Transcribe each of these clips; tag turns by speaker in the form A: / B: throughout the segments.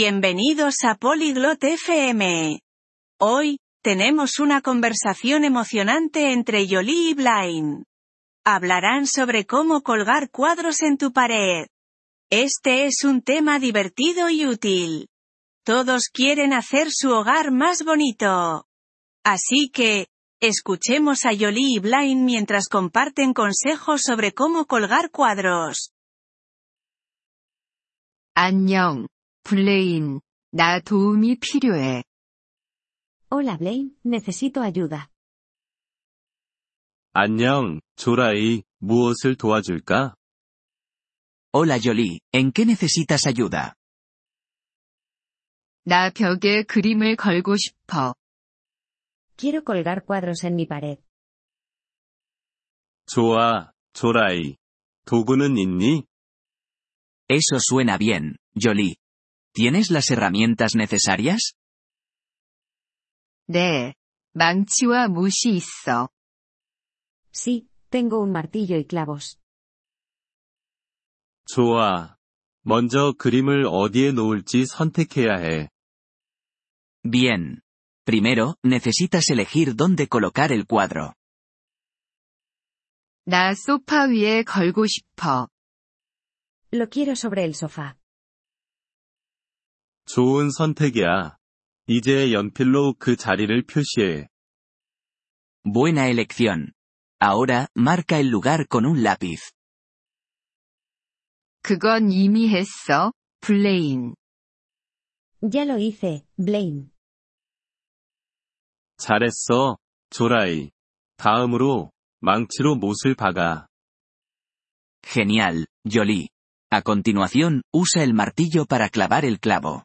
A: Bienvenidos a Polyglot FM. Hoy, tenemos una conversación emocionante entre Jolie y Blaine. Hablarán sobre cómo colgar cuadros en tu pared. Este es un tema divertido y útil. Todos quieren hacer su hogar más bonito. Así que, escuchemos a Jolie y Blaine mientras comparten consejos sobre cómo colgar cuadros.
B: 안녕, 블레인. 나 도움이 필요해.
C: Hola Blaine, necesito ayuda.
D: 안녕, 조라이, 무엇을 도와줄까?
E: Hola Jolie, ¿en qué necesitas ayuda?
B: 나 벽에 그림을 걸고 싶어.
C: Quiero colgar cuadros en mi pared.
D: 좋아, 조라이. 도구는 있니?
E: Eso suena bien, Jolie. ¿Tienes las herramientas necesarias?
B: 네. 망치와 못이 있어.
C: Sí, tengo un martillo y clavos.
D: 좋아. 먼저 그림을 어디에 놓을지 선택해야 해.
E: Bien. Primero, necesitas elegir dónde colocar el cuadro.
B: 나 소파 위에 걸고 싶어.
C: Lo quiero sobre el sofá.
D: 좋은 선택이야. 이제 연필로 그 자리를 표시해.
E: Buena elección. Ahora, marca el lugar con un lápiz.
B: 그건 이미 했어, 블레인.
C: Ya lo hice, Blaine.
D: 잘했어, 조라이. 다음으로, 망치로 못을 박아.
E: Genial, Jolie. A continuación, usa el martillo para clavar el clavo.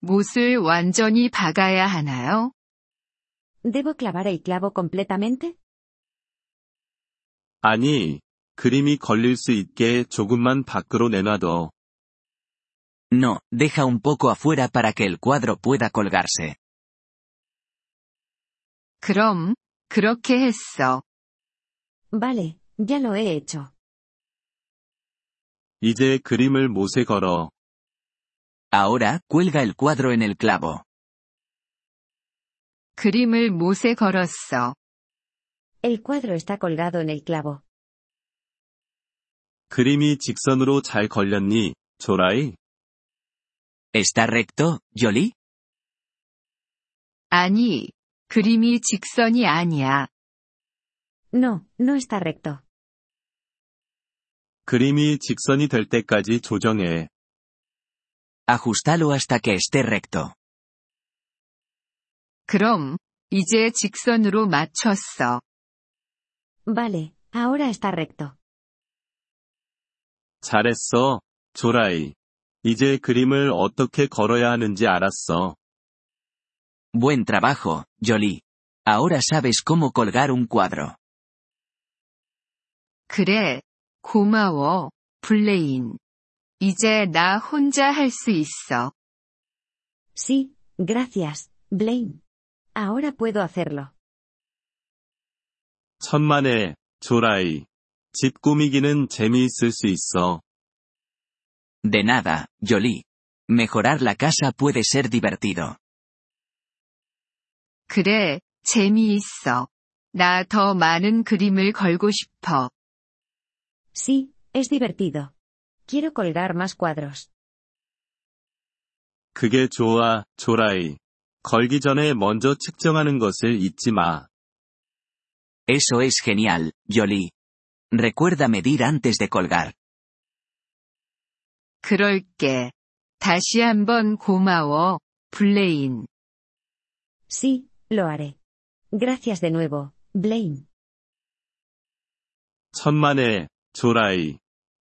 B: 못을 완전히 박아야 하나요?
C: ¿Debo clavar el clavo completamente?
D: 아니, 그림이 걸릴 수 있게 조금만 밖으로 내놔둬.
E: No, deja un poco afuera para que el cuadro pueda colgarse.
B: 그럼, 그렇게 했어.
C: Vale, ya lo he hecho.
D: 이제 그림을 못에 걸어.
E: Ahora, cuelga el cuadro en el clavo.
B: 그림을 못에 걸었어.
C: El cuadro está colgado en el clavo.
D: 그림이 직선으로 잘 걸렸니, 조라이?
E: ¿Está recto, Jolie?
B: 아니, 그림이 직선이 아니야.
C: No, no está recto.
D: 그림이 직선이 될 때까지 조정해.
E: Ajustalo hasta que esté recto.
B: 그럼, 이제 직선으로 맞췄어.
C: Vale, ahora está recto.
D: 잘했어, 조라이. 이제 그림을 어떻게 걸어야 하는지 알았어.
E: Buen trabajo, Jolie. Ahora sabes cómo colgar un cuadro.
B: 그래, 고마워, 블레인. 이제 나 혼자 할 수 있어.
C: Sí, gracias, Blaine. Ahora puedo hacerlo.
D: 천만에, 조라이. 집 꾸미기는 재미있을 수 있어.
E: De nada, Jolie. Mejorar la casa puede ser divertido.
B: 그래, 재미있어. 나 더 많은 그림을 걸고 싶어.
C: Sí, es divertido. Quiero colgar más cuadros.
D: 그게 좋아, 조라이. 걸기 전에 먼저 측정하는 것을 잊지 마.
E: Eso es genial, Jolie. Recuerda medir antes de colgar.
B: 그럴게. 다시 한번 고마워, 블레인.
C: Sí, lo haré. Gracias de nuevo, Blaine.
D: 천만에, 조라이.